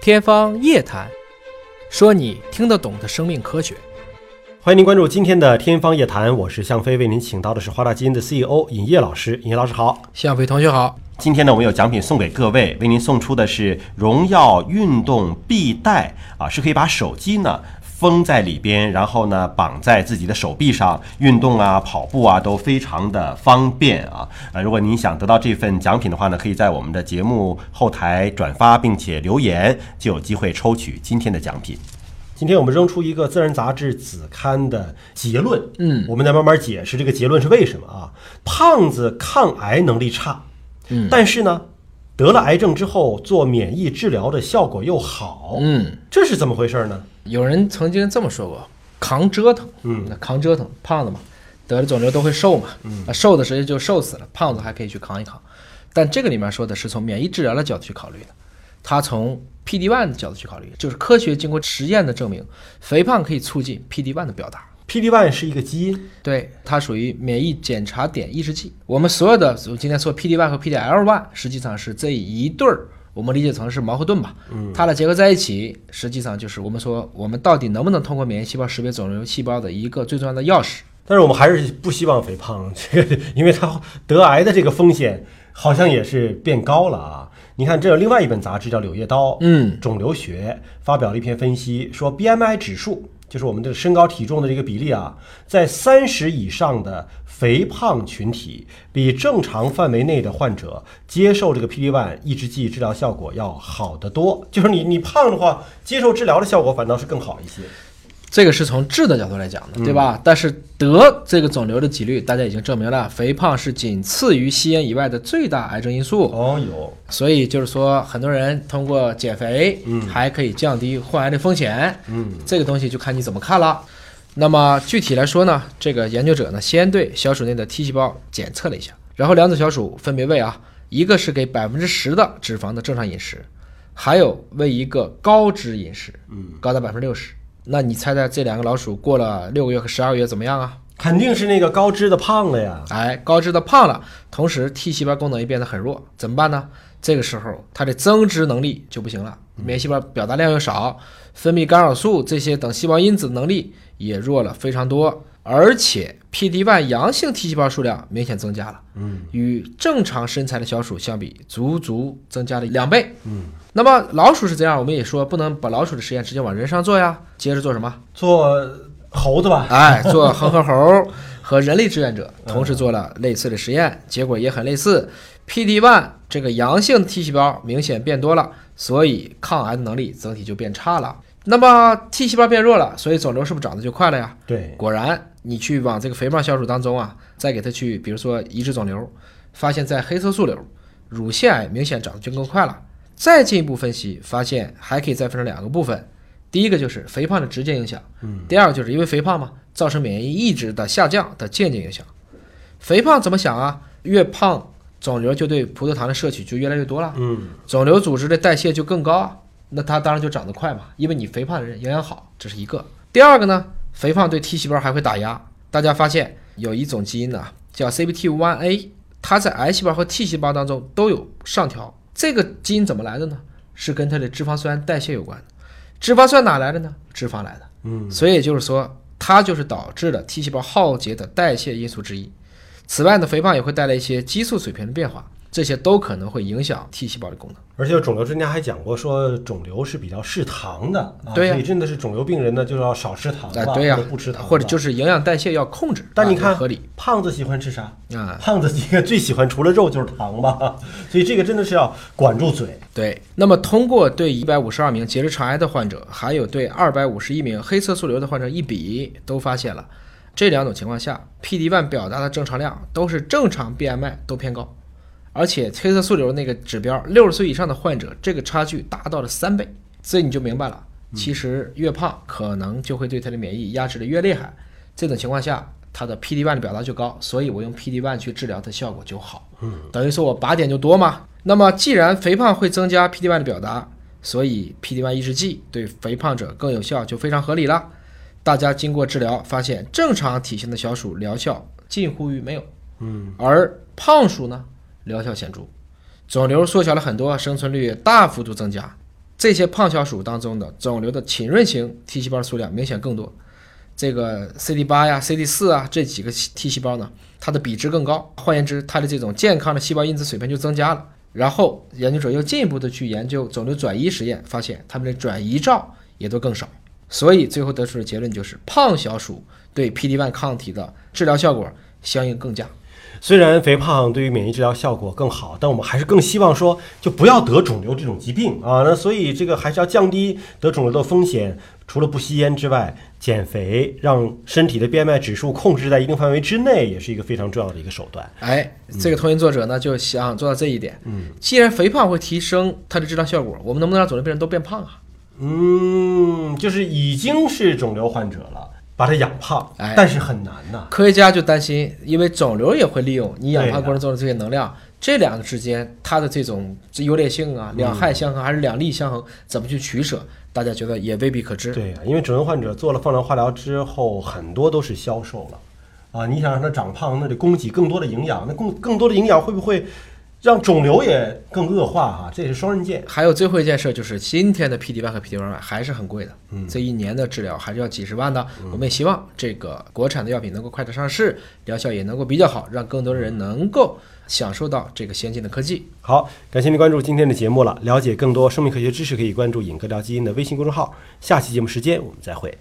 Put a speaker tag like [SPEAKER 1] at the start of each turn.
[SPEAKER 1] 天方夜谭，说你听得懂的生命科学。
[SPEAKER 2] 欢迎您关注今天的《天方夜谭》，我是向飞，为您请到的是华大基因的 CEO 尹烨老师。尹烨老师好，
[SPEAKER 1] 向飞同学好，
[SPEAKER 2] 今天呢，我们有奖品送给各位，为您送出的是荣耀运动臂带啊，是可以把手机呢封在里边，然后呢绑在自己的手臂上，运动啊、跑步啊都非常的方便啊。呃，如果您想得到这份奖品的话呢，可以在我们的节目后台转发并且留言，就有机会抽取今天的奖品。今天我们扔出一个《自然》杂志子刊的结论，嗯，我们再慢慢解释这个结论是为什么啊？胖子抗癌能力差，嗯，但是呢，得了癌症之后做免疫治疗的效果又好，
[SPEAKER 1] 嗯，
[SPEAKER 2] 这是怎么回事呢？
[SPEAKER 1] 有人曾经这么说过，扛折腾，
[SPEAKER 2] 嗯，
[SPEAKER 1] 扛折腾，胖子嘛，得了肿瘤都会瘦嘛，嗯，啊，瘦的时候就瘦死了，胖子还可以去扛一扛。但这个里面说的是从免疫治疗的角度去考虑的，他从 PD-1 的角度去考虑，就是科学经过实验的证明，肥胖可以促进 PD-1 的表达。
[SPEAKER 2] PD-1 是一个基因，
[SPEAKER 1] 对，它属于免疫检查点抑制剂。我们所有的，我今天说 PD-1 和 PDL-1，实际上是这一对儿，我们理解成是矛和盾吧。嗯，它俩结合在一起，实际上就是我们说，我们到底能不能通过免疫细胞识别肿瘤细胞的一个最重要的钥匙。
[SPEAKER 2] 但是我们还是不希望肥胖， 这个因为它得癌的这个风险好像也是变高了啊。你看，这有另外一本杂志叫《柳叶刀》，
[SPEAKER 1] 嗯，
[SPEAKER 2] 肿瘤学发表了一篇分析，说 BMI 指数就是我们的身高体重的这个比例啊，在三十以上的肥胖群体，比正常范围内的患者接受这个 PD-1 抑制剂治疗效果要好得多。就是你你胖的话，接受治疗的效果反倒是更好一些。
[SPEAKER 1] 这个是从治的角度来讲
[SPEAKER 2] 嗯
[SPEAKER 1] 的，对吧？但是得这个肿瘤的几率，大家已经证明了，肥胖是仅次于吸烟以外的最大癌症因素。
[SPEAKER 2] 哦，有，
[SPEAKER 1] 所以就是说，很多人通过减肥，
[SPEAKER 2] 嗯
[SPEAKER 1] 还可以降低患癌的风险，
[SPEAKER 2] 嗯，
[SPEAKER 1] 这个东西就看你怎么看了。那么具体来说呢，这个研究者呢先对小鼠内的 T 细胞检测了一下，然后两组小鼠分别喂啊，一个是给百分之十的脂肪的正常饮食，还有喂一个高脂饮食，
[SPEAKER 2] 嗯，
[SPEAKER 1] 高达百分之六十。那你猜猜这两个老鼠过了六个月和十二个月怎么样啊？
[SPEAKER 2] 肯定是那个高脂的胖了呀。
[SPEAKER 1] 哎，高脂的胖了，同时 T 细胞功能也变得很弱，怎么办呢？这个时候它的增殖能力就不行了，免疫细胞表达量又少，分泌干扰素这些等细胞因子能力也弱了非常多，而且 PD-1 阳性 T 细胞数量明显增加了，
[SPEAKER 2] 嗯，
[SPEAKER 1] 与正常身材的小鼠相比，足足增加了两倍，嗯。那么老鼠是这样，我们也说不能把老鼠的实验直接往人上做呀，接着做什么？
[SPEAKER 2] 做猴子吧。
[SPEAKER 1] 哎，做恒河猴和人类志愿者同时做了类似的实验，结果也很类似。PD-1 这个阳性 T 细胞明显变多了，所以抗癌的能力整体就变差了。那么 T 细胞变弱了，所以肿瘤是不是长得就快了呀？
[SPEAKER 2] 对，
[SPEAKER 1] 果然，你去往这个肥胖小鼠当中啊，再给它去，比如说移植肿瘤，发现在黑色素瘤、乳腺癌明显长得就更快了。再进一步分析，发现还可以再分成两个部分，第一个就是肥胖的直接影响，第二个就是因为肥胖嘛，造成免疫抑制的下降的间接影响。肥胖怎么想啊？越胖，肿瘤就对葡萄糖的摄取就越来越多了，
[SPEAKER 2] 嗯，
[SPEAKER 1] 肿瘤组织的代谢就更高啊，那它当然就长得快嘛，因为你肥胖的人营养好，这是一个。第二个呢，肥胖对 T 细胞还会打压。大家发现有一种基因呢、叫 CBT1A，它在癌细胞和 T 细胞当中都有上调。这个基因怎么来的呢？是跟它的脂肪酸代谢有关的。脂肪酸哪来的呢？脂肪来的。
[SPEAKER 2] 嗯，
[SPEAKER 1] 所以也就是说，它就是导致了 T 细胞耗竭的代谢因素之一。此外呢，肥胖也会带来一些激素水平的变化，这些都可能会影响 T 细胞的功能。
[SPEAKER 2] 而且肿瘤专家还讲过，说肿瘤是比较嗜糖的啊，
[SPEAKER 1] 对呀
[SPEAKER 2] 所以真的是肿瘤病人呢，就是要少吃糖
[SPEAKER 1] 啊
[SPEAKER 2] 吧，，
[SPEAKER 1] 对呀、
[SPEAKER 2] 或者不吃糖吧，
[SPEAKER 1] 或者就是营养代谢要控制，
[SPEAKER 2] 但你
[SPEAKER 1] 啊
[SPEAKER 2] 看
[SPEAKER 1] 合理
[SPEAKER 2] 胖子喜欢吃啥？
[SPEAKER 1] 啊。
[SPEAKER 2] 胖子这个最喜欢除了肉就是糖吧， 所以这个真的是要管住嘴。
[SPEAKER 1] 对，那么通过对一百五十二名结直肠癌的患者，还有对二百五十一名黑色素瘤的患者一比，都发现了这两种情况下，PD-1 表达的正常量都是正常 BMI 都偏高，而且黑色素瘤那个指标，六十岁以上的患者这个差距达到了三倍，所以你就明白了，其实越胖可能就会对他的免疫压制的越厉害，这种情况下。它的 PD-1 的表达就高，所以我用 PD-1 去治疗，它效果就好。等于说我靶点就多嘛。那么既然肥胖会增加 PD-1 的表达，所以 PD-1 抑制剂对肥胖者更有效，就非常合理了。大家经过治疗发现，正常体型的小鼠疗效近乎于没有，嗯，而胖鼠呢疗效显著，肿瘤缩小了很多，生存率也大幅度增加。这些胖小鼠当中的肿瘤的浸润型 T 细胞数量明显更多。这个 CD 八呀、CD 四啊这几个 T 细胞呢，它的比值更高，换言之，它的这种健康的细胞因子水平就增加了。然后研究者又进一步的去研究肿瘤转移实验，发现它们的转移灶也都更少。所以最后得出的结论就是，胖小鼠对 PD-1 抗体的治疗效果相应更佳。
[SPEAKER 2] 虽然肥胖对于免疫治疗效果更好，但我们还是更希望说，就不要得肿瘤这种疾病啊。那所以这个还是要降低得肿瘤的风险。除了不吸烟之外，减肥让身体的 BMI 指数控制在一定范围之内，也是一个非常重要的一个手段。
[SPEAKER 1] 哎，这个同研作者呢就想做到这一点。嗯，既然肥胖会提升它的治疗效果，我们能不能让肿瘤病人都变胖啊？
[SPEAKER 2] 嗯，就是已经是肿瘤患者了，把它养胖，
[SPEAKER 1] 哎
[SPEAKER 2] 但是很难呐、
[SPEAKER 1] 科学家就担心，因为肿瘤也会利用你氧
[SPEAKER 2] 对
[SPEAKER 1] 化
[SPEAKER 2] 的
[SPEAKER 1] 过程中的这些能量，这两个之间它的这种优劣性啊，两害相衡还是两利相衡，怎么去取舍，大家觉得也未必可知。
[SPEAKER 2] 对呀、啊因为肿瘤患者做了放疗化疗之后，很多都是消瘦了，啊，你想让他长胖，那得供给更多的营养，那供更多的营养会不会让肿瘤也更恶化啊？这也是双刃剑。
[SPEAKER 1] 还有最后一件事就是，今天的 PD 1和 PD 1还是很贵的，这一年的治疗还是要几十万的。我们也希望这个国产的药品能够快点上市，疗效也能够比较好，让更多的人能够享受到这个先进的科技。
[SPEAKER 2] 好，感谢您关注今天的节目了。了解更多生命科学知识，可以关注“尹哥聊基因”的微信公众号。下期节目时间我们再会。